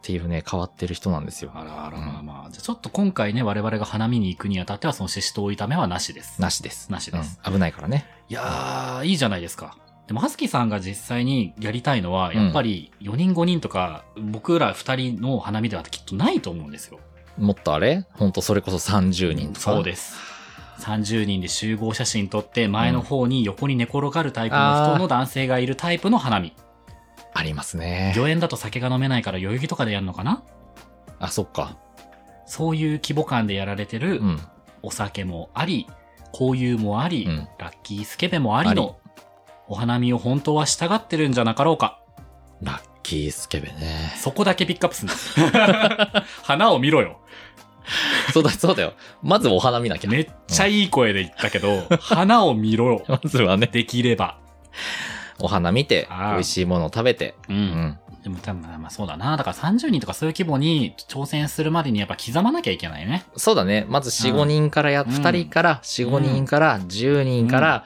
ていうね、変わってる人なんですよ。
あらあらまあまあ。じゃあちょっと今回ね、我々が花見に行くにあたっては、そのシシトウ炒めはなしです。
なしです。
なしです
うん危ないからね。
いやー、いいじゃないですか。でも、はすきさんが実際にやりたいのは、やっぱり4人5人とか、僕ら2人の花見ではきっとないと思うんですよ。
もっとあれほんとそれこそ30人とか。
そうです。30人で集合写真撮って、前の方に横に寝転がるタイプの
あー
人の男性がいるタイプの花見。
ありますね。
御苑だと酒が飲めないから代々木とかでやるのかな
あ、そっか。
そういう規模感でやられてる
うん。
お酒もあり、交友もあり、
うん
ラッキースケベもありの、お花見を本当は従ってるんじゃなかろうか。
ラッキースケベね。
そこだけピックアップすんだ。 花を見ろよ。
そうだ、そうだよ。まずお花見なきゃ。
めっちゃいい声で言ったけ ど、花を見ろよ。
まずはね、
できれば。
お花見て
あ、ー
美味しいものを食べて。
う
う。ん。
でも多分、まあそうだな。だから30人とかそういう規模に挑戦するまでにやっぱ刻まなきゃいけないね。
そうだね。まず4、5人からや、
うん
2人から、4、5人から、10人から、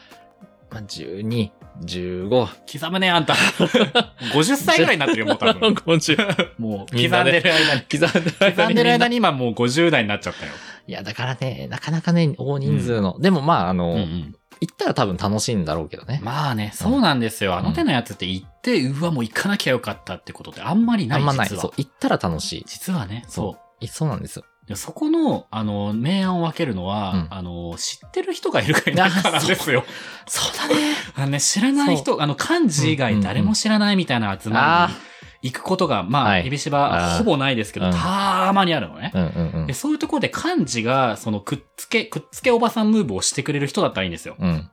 まあ、12、15、
刻むね、 あんた。50歳ぐらいになってるよ、もう多 分。
50。
もう、刻ん
みん
でる
な
間
ね
に。
刻んでる間
刻ん
にみ
でる
ん
間
な。
に今もう50代になっちゃったよ。
いや、だからね、なかなかね、大人数の。でもまあ、あの、行ったら多分楽しいんだろうけどね。
まあね、そうなんですよ。あの手のやつって行って、うわ、もう行かなきゃよかったってことってあんまりな
あ
い、
んまない。
実
そう
は。。
行ったら楽しい。
実はね、そう。
いそうなんですよ。
でそこの、あの、明暗を分けるのは、
うん
あの、知ってる人がいるかいないかなんですよ。
そうだね。
あのね、知らない人、あの、漢
うん
字以
う
外
んうん
誰も知らないみたいな集ま
あ
りに行くことが、ま
は
あ、
い
エビシ
あ
バ
ー
ほぼないですけど、
うん
たーまにあるのね
あ。。うんうん
でそういうところで漢字が、その、くっつけ、くっつけおばさんムーブをしてくれる人だったらいいんですよ。
うん。うん。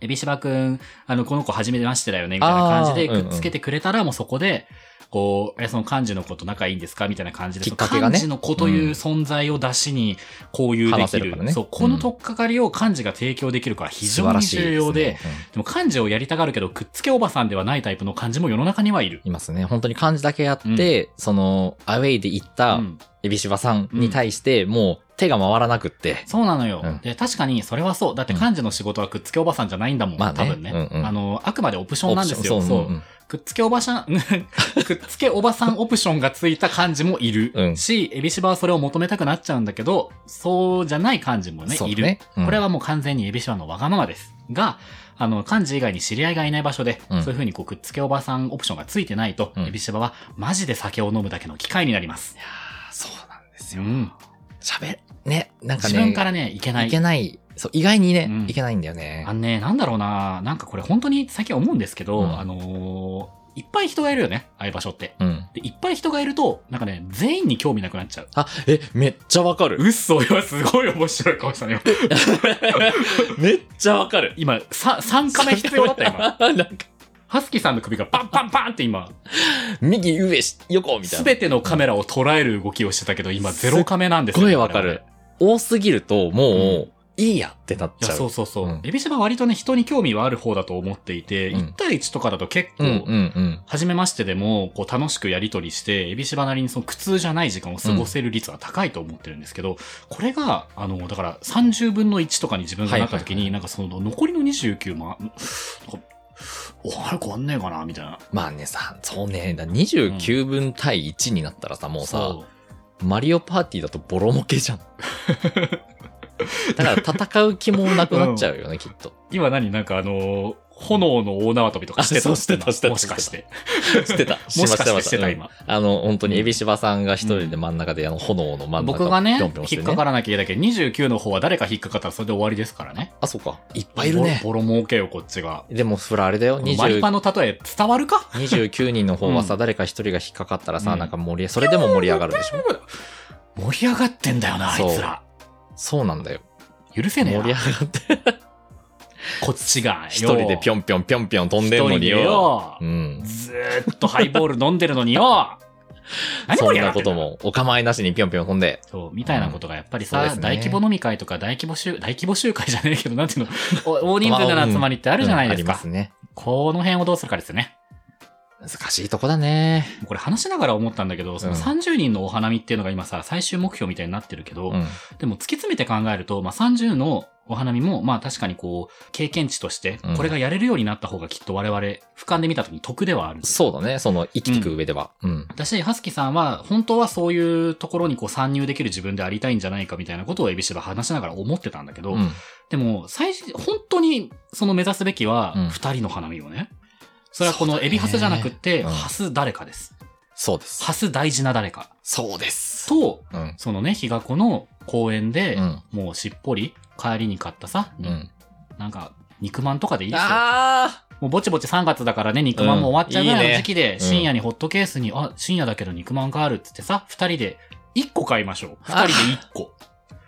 エビシバくん、あの、この子初めましてだよね、みたいな感じで
あーうんう
く
ん
っつけてくれたら、もうそこで、こう、え、その漢字の子と仲いいんですかみたいな感じで、
きっかけがね
その漢字の子という存在を出しに、交友で
話
き
せ
る。
るからね
そう、この取っかかりを漢字が提供できるから非常に重要で、で
素晴らしいすね
も漢字をやりたがるけど、くっつけおばさんではないタイプの漢字も世の中にはいる。
うんいますね。本当に漢字だけやって、その、アウェイで行っ
う
た、
ん、
エビシバさんに対して、もう手が回らなくって、
そうなのよ、
うん
で。確かにそれはそう。だって漢字の仕事はくっつけおばさんじゃないんだもん。
まあね
多分ね、
うんうん
あの、あくまでオプションなんですよ。
オプション
そう。くっつけおばさん、 くっつけおばさんオプションがついた漢字もいる、
うん
し、エビシバはそれを求めたくなっちゃうんだけど、そうじゃない漢字もね、
そう
い
だ
る、
ねうん
これはもう完全にエビシバのわがままです。が、あの、漢字以外に知り合いがいない場所で、
うん
そういうふうにこうくっつけおばさんオプションがついてないと、
うん
エビシバはマジで酒を飲むだけの機会になります。
あそうなんです
う
よ。
ん。
喋、ね、なんかね、
自分からね、いけない
いけ。ない。そう、意外にね、
うん
いけないんだよね
あ。のね、なんだろうな、なんかこれ本当に最近思うんですけど、
うん
あのーいっぱい人がいるよね、ああいう場所って。
うん。
で、いっぱい人がいると、なんかね、全員に興味なくなっちゃう。
あ、え、めっちゃわかる。
うっそ、今すごい面白い顔したね。
めっちゃわかる。
今、さ、3カメ必要だったよ、今。
今。 なんか、
ハスキーさんの首がパンパンパンって今、
右、上、し横みたい
す
な。
べてのカメラを捉える動きをしてたけど、今、ゼロカメなんです
す
よ。
ごいわかる。多すぎると、もう、
う
いいやってなっ
い
ち
や、
ゃ。。
そううそうそううんエビシバ割とね、人に興味はある方だと思っていて、
うん
1対1とかだと結
うん
構
う、んうん。
初めましてでも、こう、楽しくやりとりして、エビシバなりにその苦痛じゃない時間を過ごせる率は高いと思ってるんですけど、これが、あの、だから、30分の1とかに自分がなった
はいはい
時
は
に、
い
なんかその、残りの29も、なんかお早くあんねえかな、みたいな。
まあねさ、そうね、だ29分対1になったらさ、もうさ、
そ
マリオパーティーだとボロモケ じゃん。だから戦う気もなくなっちゃうよね、きっと。
今何なんかあの、炎の大縄跳びとかしてた
あそうしてたしてた
もしかして。
して た。も
もしかしてしてた、今。
あの、本当に、エビシバさんが一人で真ん中で、あの、炎の真ん中
僕がね
ぴょんぴょんして
引っ
ね
かからなきゃいけないけど、29の方は誰か引っかかったらそれで終わりですからね。
あ、そうか。いっぱいいるね。
ボロボロ儲けよ、こっちが。
でも、それあれだよ。
マリパ
20
の例え伝わるか
29人の方は
う
さ、誰か一人が引っかかったら
う
さ、
ん
なんか盛り、それでも盛り上がるでしょ。
盛り上がってんだよな、あ
そう
いつら。
そうなんだよ。
許せ
盛
ね
り上が
えな。
って、
こっちがよ。
一人でぴょ
ん
んぴょんぴょんぴょん飛んでんのによ。
よ
う。ん。
ずーっとハイボール飲んでるのによ。何
そ
盛
ん
り上が
な
って
こ
んだ
とも、お構いなしにぴょんぴょん飛ん で。
そう、みたいなことがやっぱり
う
さ、
んそうですね
大規模飲み会とか大規模集、大規模集会じゃねえけど、なんていうの、お大人数での集まりってあ
あ
るじゃないですか。
ありますね。
この辺をどうするかですよね。
難しいとこだね。
これ話しながら思ったんだけど、その
うん
30人のお花見っていうのが今さ、最終目標みたいになってるけど、
うん。
でも突き詰めて考えると、まあ、30のお花見も、まあ確かにこう、経験値として
うん、
これがやれるようになった方がきっと我々、俯瞰で見た時に得ではある。
そうだね。その、生きていく上では。うん。
だし、ハスキさんは、本当はそういうところにこう参入できる自分でありたいんじゃないかみたいなことをエビシバ話しながら思ってたんだけど、
うん。
でも、最初、本当にその目指すべきは
うん、
二人の花見をね。それはこ
そう
の
だね
エビハスじゃなくって、
うん
ハス誰かです。
そうです。
ハス大事な誰か。
そうです。
と、
うん。
そのね、日が子の公園で
う、ん。
もうしっぽり帰りに買ったさ、
うん。
なんか、肉まんとかでいいですよ。
ああ
もうぼちぼち3月だからね、肉まんも終わっちゃうぐらいの時期
ん
で、
いいねうん
深夜にホットケースに、あ、深夜だけど肉まんがあるってってさ、二人で1個買いましょう。
あ
二人で1個。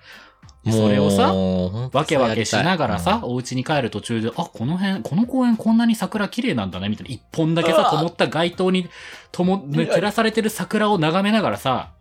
それをさ
さ
わけわけしながらさ、、お家に帰る途中で、あ、この辺、この公園こんなに桜綺麗なんだね、みたいな。一本だけ
う
さ
わ、
灯った街灯に、とも、ね照らされてる桜を眺めながらさ、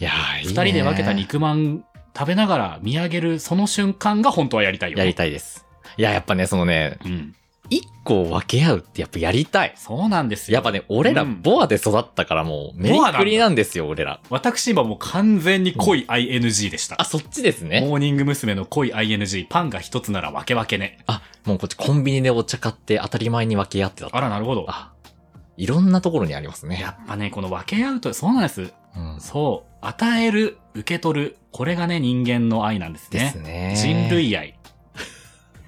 いやーいい
二
ね
人で分けた肉まん食べながら見上げる、その瞬間が本当はやりたいよね。
やりたいです。いや、やっぱね、そのね、
うん。
一個を分け合うってやっぱやりたい。
そうなんですよ。
やっぱね、俺ら
うん
ボアで育ったからもう、メリクリなんですよ、俺ら。
私今もう完全に濃い ING でした。
あ、そっちですね。
モーニング娘。の濃い ING、パンが一つなら分け分けね。
あ、もうこっちコンビニでお茶買って当たり前に分け合ってた。
あら、なるほど。
あ、いろんなところにありますね。
やっぱね、この分け合うと、そうなんです。
うん
そう。与える、受け取る。これがね、人間の愛なんです
で
ね
す。ね。
人。類愛。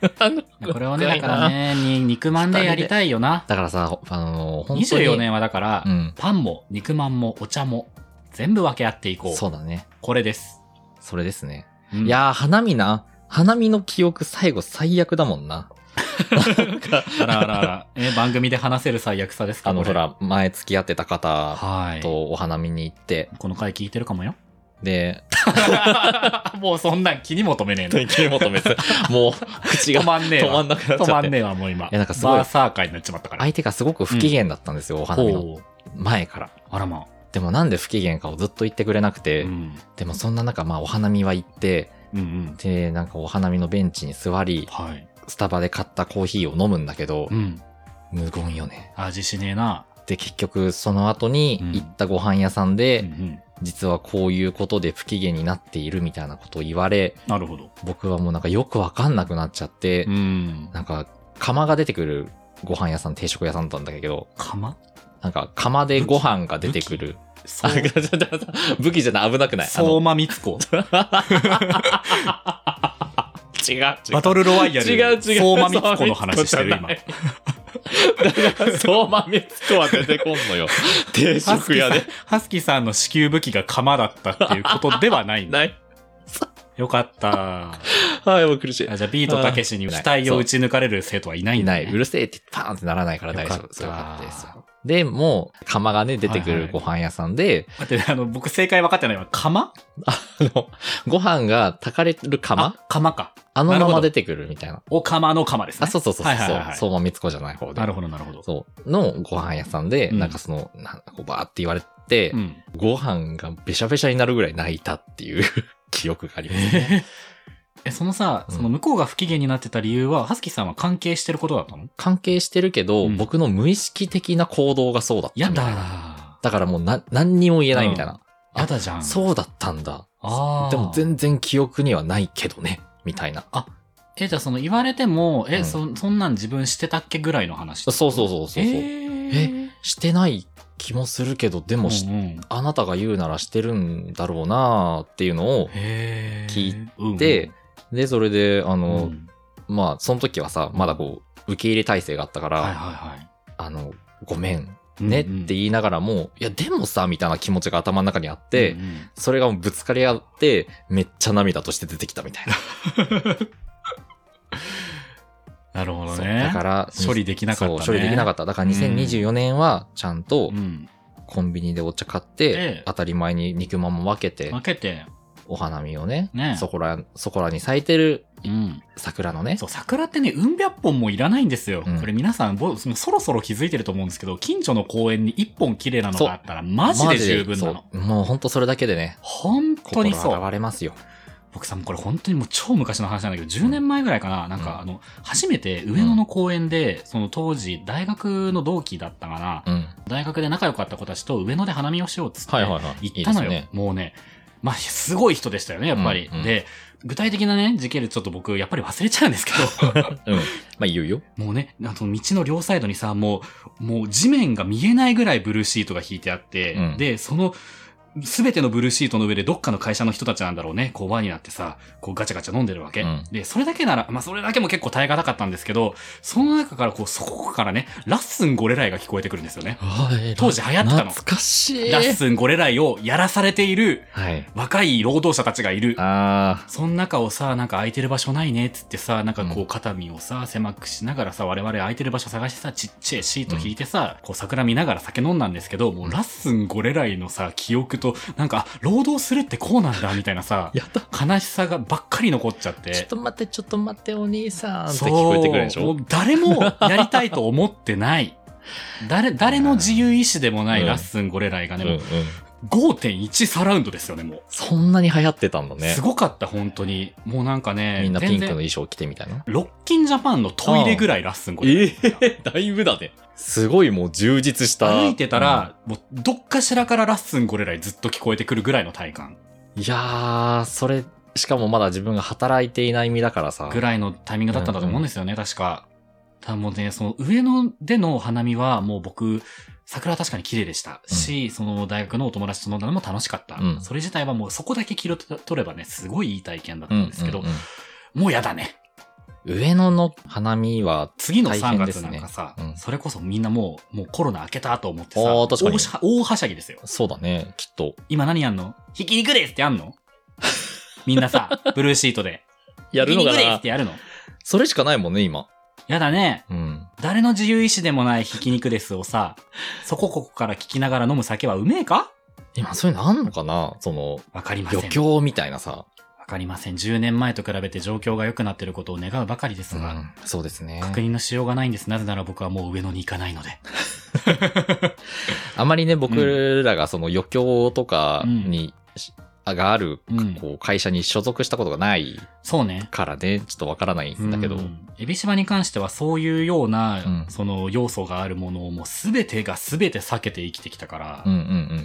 これをね、だから。ね、に肉まんでやりたいよな。
だからさ、ほあのー、本当に。
24年はだから、
うん。
パンも肉まんもお茶も、全部分け合っていこう。
そうだね。
これです。
それですね。
うん
いやー、花見な。花見の記憶最後最悪だもんな。なんか、
あらあらあら。え、番組で話せる最悪さですか
あの、
こ
ほ
れ
ら、前付き合ってた方
はい。
とお花見に行って、
この回聞いてるかもよ。
で、
もうそんなん気にも留めねえな。
本当に切り求めて、 もう、口が
止まんねえ
止ま
わ。
んなくなっち
止
ゃ
ま
っ
んね
て。
えわ、もう今。
やなんかすごい
バーサー会になっちまったから。
相手がすごく不機嫌だったんですよ、お花見の
ほう
前から。
あらまあ。
でもなんで不機嫌かをずっと言ってくれなくて、
うん。
でもそんな中、まあお花見は行って、
うんうん。
で、なんかお花見のベンチに座り、
はい。
スタバで買ったコーヒーを飲むんだけど
う、ん。
無言よね。
味しねえな。
で、結局その後に
うん
行ったご飯屋さんで、
うんうん。
実はこういうことで不機嫌になっているみたいなことを言われ、
なるほど。
僕はもうなんかよくわかんなくなっちゃって、
うん。
なんか釜が出てくるご飯屋さん、定食屋さんだったんだけど、
釜
なんか釜でご飯が出てくる。
そ
あ
う
ち。ょっと待って武器じゃ ない、危なくない。あ
相
の
馬光 子。
違う、違
バトルロワイヤル。
違う違う
相馬光子の話してる今。
う。相馬光子は出てこんの よ。定
ハス
食
キー
屋
さん
で。、
ハスキーさんの支給武器が釜だったっていうことではないんだ。
ない。
よかった。
はい、もう苦し。
あじゃあ、ビートたけしに額を打ち抜かれる生徒はいないい
い
んだ、
な
ね。
い。うるせえってパーンってならないから大丈
よかっ
夫。
た
そうよかったですよ。で、もう、釜がね、出てく
はい
る
はい
ご飯屋さんで、
待って、あの、僕正解分かってないわ。釜
あの、ご飯が炊かれる釜
あ釜か。
あのま
なるほ
ま
ど
出てくるみたいな。
お釜の釜ですね。
あ、そうそうそうそう。
はいはいはいはい
相馬光子じゃない方で
な。るほど、なるほど。
そう。のご飯屋さんで、
うん
なんかその、なんかこうバーって言われて、
ん。
ご飯がべしゃべしゃになるぐらい泣いたっていう 記憶がありますね。
ええ、そのさ、
うん
その向こうが不機嫌になってた理由は、ハスキーさんは関係してることだったの
関係してるけど、
うん
僕の無意識的な行動がそうだったみ
や
たいな。
だー。
だからもうな何にも言えないみたいな。
やだじゃん。う。
そうだったんだ。
あー
でも全然記憶にはないけどね。みたいな。
え、じゃあその言われても、
う
え、
ん
そ、そんなん自分してたっけぐらいの話。
そうそうそうそうそう。
ええ。
してない気もするけど、でもし、
うんうん
あなたが言うならしてるんだろうなーっていうのを、
へー
聞て、で、それで、あ
うんうん
の、
うん
まあ、その時はさ、まだこう、受け入れ体制があったから、
はいはい
あの、ごめん、
はい。
ねっ
うんうん
て言いながらも、いや、でもさ、みたいな気持ちが頭の中にあって、
うんうん
それがもうぶつかり合って、めっちゃ涙として出てきたみたいな。
なるほど
そう
ね。
だから、
処理できなかったね
そう処理できなかった。だから2024年は、ちゃんと
うん。
コンビニでお茶買っ
え
て
え、
当たり前に肉まんも分けて
分、けて、
お花見をね、
ね
そこら、そこらに咲いてる
うん。
桜のね、
そう、桜ってね、うん百本もいらないんですよ。
うん
これ皆さん、ぼそそろそろ気づいてると思うんですけど、近所の公園に一本綺麗なのがあったら、マジで十分なの。
そうもうほんとそれだけでね、
本当
心
にそう。
現れますよ。
僕さ、もうこれ本当にもう超昔の話なんだけど、10年前ぐらいかな、なん
うん
かあの、初めて上野の公園で、その当時、大学の同期だったかな、
うん。
大学で仲良かった子たちと上野で花見をしようっつって、
はいはいはい。
行ったのよ。
いいですね
もうね、まあ、すごい人でしたよね、やっぱり。
うんうん
で、具体的なね、時系列ちょっと僕、やっぱり忘れちゃうんですけ ど、
うん。まあ、いいよいいよ。
もうね、あの道の両サイドにさ、もう、もう地面が見えないぐらいブルーシートが引いてあって、
うん
で、その、すべてのブルーシートの上でどっかの会社の人たちなんだろうね、こう輪になってさ、こうガチャガチャ飲んでるわけ。
うん
で、それだけなら、まあそれだけも結構耐え難かったんですけど、その中からこう、そこからね、ラッスンゴレライが聞こえてくるんですよね。当時流行ってたの
懐かしい。
ラッスンゴレライをやらされている
はい。
若い労働者たちがいる。
あ
その中をさ、なんか空いてる場所ないねっつってさ、なんかこう肩身をさ、狭くしながらさ、我々空いてる場所探してさ、ちっちゃいシート引いてさ、こう桜見ながら酒飲んだんですけど、もうラッスンゴレライのさ、記憶と、なんか、あ労働するってこうなんだ、みたいなさ
あ。、やった。
悲しさがばっかり残っちゃって。
ちょっと待って、ちょっと待って、お兄さんって
そう
聞こえてくるでし
も
ょ
う誰もやりたいと思っ てない。誰、誰の自由意志でもない
うん
ラッスンゴレライがね、もう
うんうん。
5.1サラウンドですよね、もう。
そんなに流行ってたんだね
す。ごかった、本当に。もうなんかね、
みんなピンクの
全然
衣装着てみたいな。
ロッキンジャパンのトイレぐらいラッスンこれ。
え えだいぶだね。すごいもう充実した。
歩いてたら、もうどっかしらからラッスンゴレライずっと聞こえてくるぐらいの体感
うん、いやー、それ、しかもまだ自分が働いていない身だからさ。
ぐらいのタイミングだったんだと思うんですよね、確か。ただもうね、その上野でのお花見はもう僕、桜は確かに綺麗でしたし、その大学のお友達と飲んだのも楽しかった。
うん
それ自体はもうそこだけ切り取ればね、すごいいい体験だった
うん
んですけど、
うんうん
もうやだね。
上野の花見は、
次の
大
3
変で
月
すね
なんかさ、
うん
それこそみんなもう、もうコロナ明けたと思ってさ、
あー確かに
大は大はしゃぎですよ。
そうだね、きっと。
今何やんのひき肉ですってや んのみんなさ、ブルーシートで。
やるのか
ひき肉です
な
ってやるの
それしかないもんね、今。
やだね。
うん。
誰の自由意志でもないひき肉ですをさ、そこここから聞きながら飲む酒はうめえか
今、そういうのあんのかなその、
わかりません。
余興みたいなさ。
わかりません。10年前と比べて状況が良くなってることを願うばかりです
う
が、
ん、そうですね。
確認のしようがないんです。なぜなら僕はもう上野に行かないので。
あまりね、僕らがその余興とかに、しあがある、
うん
こう、会社に所属したことがない
そうね。
からね、ちょっとわからないんだけど。
うん、エビシバに関してはそういうような、
うん
その要素があるものをもう全てが全て避けて生きてきたから、
うんうんう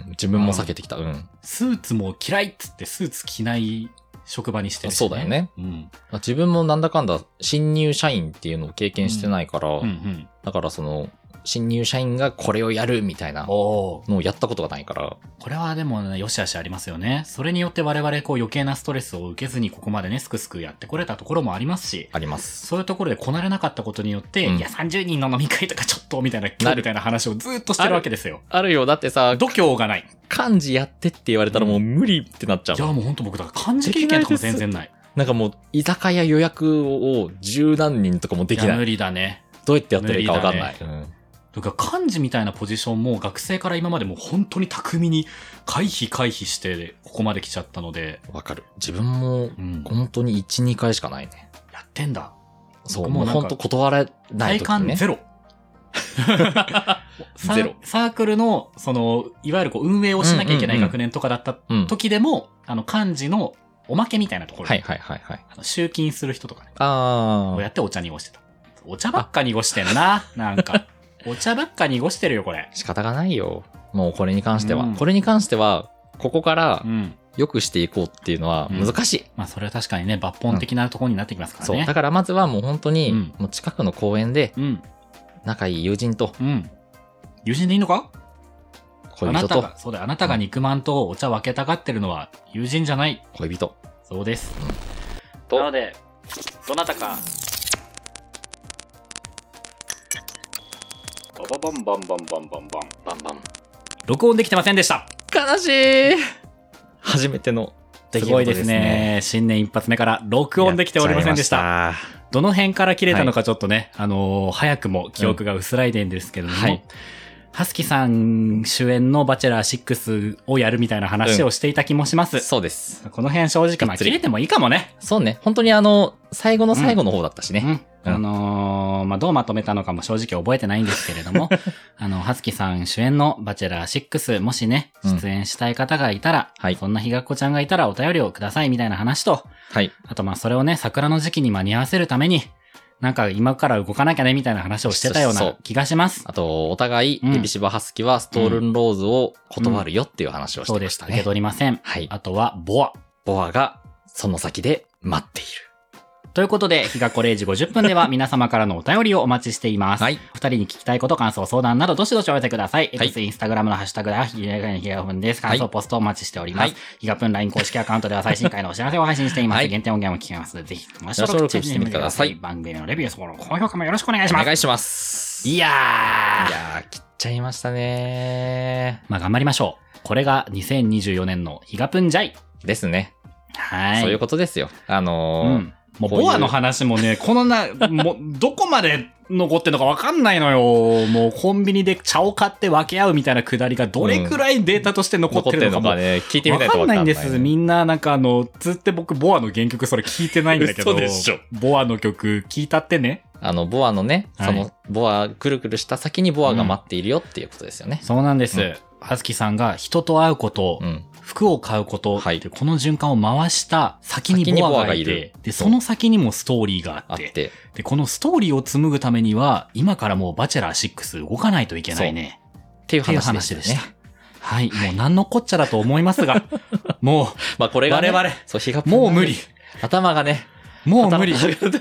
ん。自分も避けてきた。うん。
スーツも嫌いっつってスーツ着ない職場にしてるし、ね。
そうだよね。
うん。
まあ自分もなんだかんだ新入社員っていうのを経験してないから、
うんうん。
だからその、新入社員がこれをやるみたいな
お
の
おー。
をやったことがないから、
これはでもね、よしあしありますよね。それによって我々こう余計なストレスを受けずにここまでね、すくすくやってこれたところもありますし、
あります。
そういうところでこなれなかったことによって、
うん
いや、30人の飲み会とかちょっと、みたいな、今
な
日
る
みたいな話をずっとしてるわけですよ。
あるよ。だってさ、
度胸がない。
漢字やってって言われたらもう無理ってなっちゃう
いや、
もん。
もうほんと僕、だから漢字経験とかも全然ない。
なんかもう、居酒屋予約を十何人とかもでき
いや
な
無
い。
理だね。
どうやってやってるかわかんない。うん
とか、漢字みたいなポジションも学生から今までもう本当に巧みに回避回避して、ここまで来ちゃったので、
わかる。自分も、
うん、
本当に1、2回しかないね。
やってんだ。
そう、も
もう
う
なんか
本当断れない
体
時に
感
ね。
ゼロ。サー
ゼロ
サークルの、その、いわゆるこう運営をしなきゃいけな
う
い
んうんうん
学年とかだった
うん。
時でも、あの、漢字のおまけみたいなところ、
はいはいはいはい。
あの集金する人とかね、
あ
こうや
ー。
ってお茶濁してた。お茶ばっか濁してんな、なん か。お茶ばっか濁してるよ、これ。
仕方がないよ。もうこれに関しては。
うん
これに関しては、ここから
うん。
良くしていこうっていうのは
うん
難しい。
まあ、それは確かにね、抜本的なところになってきますから
そう。
ね。
だからまずはもう本当に、
うん
もう近くの公園で
うん、
仲いい友人と
うん。友人でいいのかあ
恋
な
人
た
と
が、そうだよ、あなたが肉まんとお茶を分けたがってるのは友人じゃない。
恋人。
そうです。
と
なので、どなたか。バンバンバンバンバンバン
バンバン。
録音できてませんでした。
悲しい初めての出
す
来
ご
事
いで
ですすね。
ね。新年一発目から録音できておりませんでした。
やっちゃいま
どの辺から切れたのかちょっとね、あのー早くも記憶が薄らいでんですけれども、
うんはい
ハスキさん主演のバチェラー6をやるみたいな話をしていた気もします。
した。そうです。
この辺正直、まあ、
がっつ
切
り
れてもいいかもね。
そうね。本当にあの、最後の最後の方だったしね。
うん。あのーまあ、どうまとめたのかも正直覚えてないんですけれ ども、あの、はつきさん主演のバチェラー6、もしね、
うん
出演したい方がいたら、
はい
そんなひがっこちゃんがいたらお便りをくださいみたいな話と、
はい。
あとまあそれをね、桜の時期に間に合わせるために、なんか今から動かなきゃねみたいな話をしてたよう
そ
な
う
気がします。
あと、お互い、
うん
エビシバハスキはストールンローズを断るよっていう話をし
そう
て
で
ま
し。
したた
受け
ね。
取りません。
はい。
あとは、ボア。
ボアが、その先で待っている。
ということで、日がこ0時50分 では皆様からのお便りをお待ちしています。
はい。
お二人に聞きたいこと、感想、相談など、どしどしお寄せください。
はい
X、インスタグラムのハッシュタグでは、ひらがなひらがぷんです。
は
感
い
想、ポストお待ちしております。
はい
ひがぷん LINE 公式アカウントでは最新回のお知らせを配信しています。
はい
限定音源も聞けますので、ぜひ、友達
登
登
録
録
してみてください
番組のレビュー、その高評価もよろしくお願いし
お
ます。
願いします。
い
い
やー。
やー、切っちゃいましたね
まあ、頑張りましょう。これが2024年のヒガプンジャイ。
ー。ですね。
はい。
そういうことですよ。あの
う
ー
ん。もう、
こういう
ボアの話もね、このな、もう、どこまで残ってんのかわかんないのよ。もう、コンビニで茶を買って分け合うみたいなくだりが、どれくらいデータとして残っ
残っててる
るの
の
かも。
か
わ
ね、聞いてみないと
か
わ
ん
かんな、
ないい
ね。
んです。みんな、なんかあの、つって僕、ボアの原曲それ聞いてないんだけど。
嘘でしょ
ボアの曲聞いたってね。
あの、ボアのね、
はい
その、ボア、くるくるした先にボアが待っているよっていうことですよね。
そうなんです。
う
はずきさんが人と会うこと、
うん。
服を買うこと、
はい
でこの循環を回した先にボ
先にボ
アがい
アがい
て
る、
で、その先にもストーリーが
あ
あ
っ
って、
て。
で、このストーリーを紡ぐためには、今からもうバチェラー6動かないといけないね。
っていう
っていう
話
話
で
で
し
したた
ね。。
はい、もう何のこっちゃだと思いますが、 も
まあこれが、ね、
我々
そう、日が
う、もう無理。。
頭がね、
もう無理。あ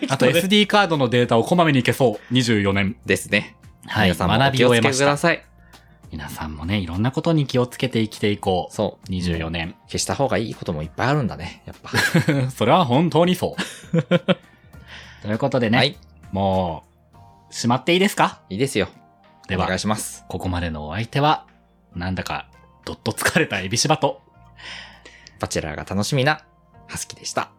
あと
と SD カードのデータをこまめに消そう。24年。
ですね。
はい、
皆さんもお
学
気
び
を
を
つ
得
け
ま
く
し
だ
た。
さい。
皆さんもね、いろんなことに気をつけて生きていこ
そう。
う。24年。
消した方がいいこともいっぱいあるんだね。やっぱ。
それは本当にそう。 ということでね、
はい。
もう、しまっていいですか
いいですよ。
で
お
は
願い、します。
ここまでのお相手は、なんだか、どっと疲れたエビシバと、
バチェラーが楽しみな、ハスキでした。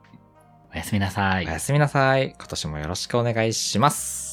おやすみなさい
お。やすみなさい。今年もよろしくお願いします。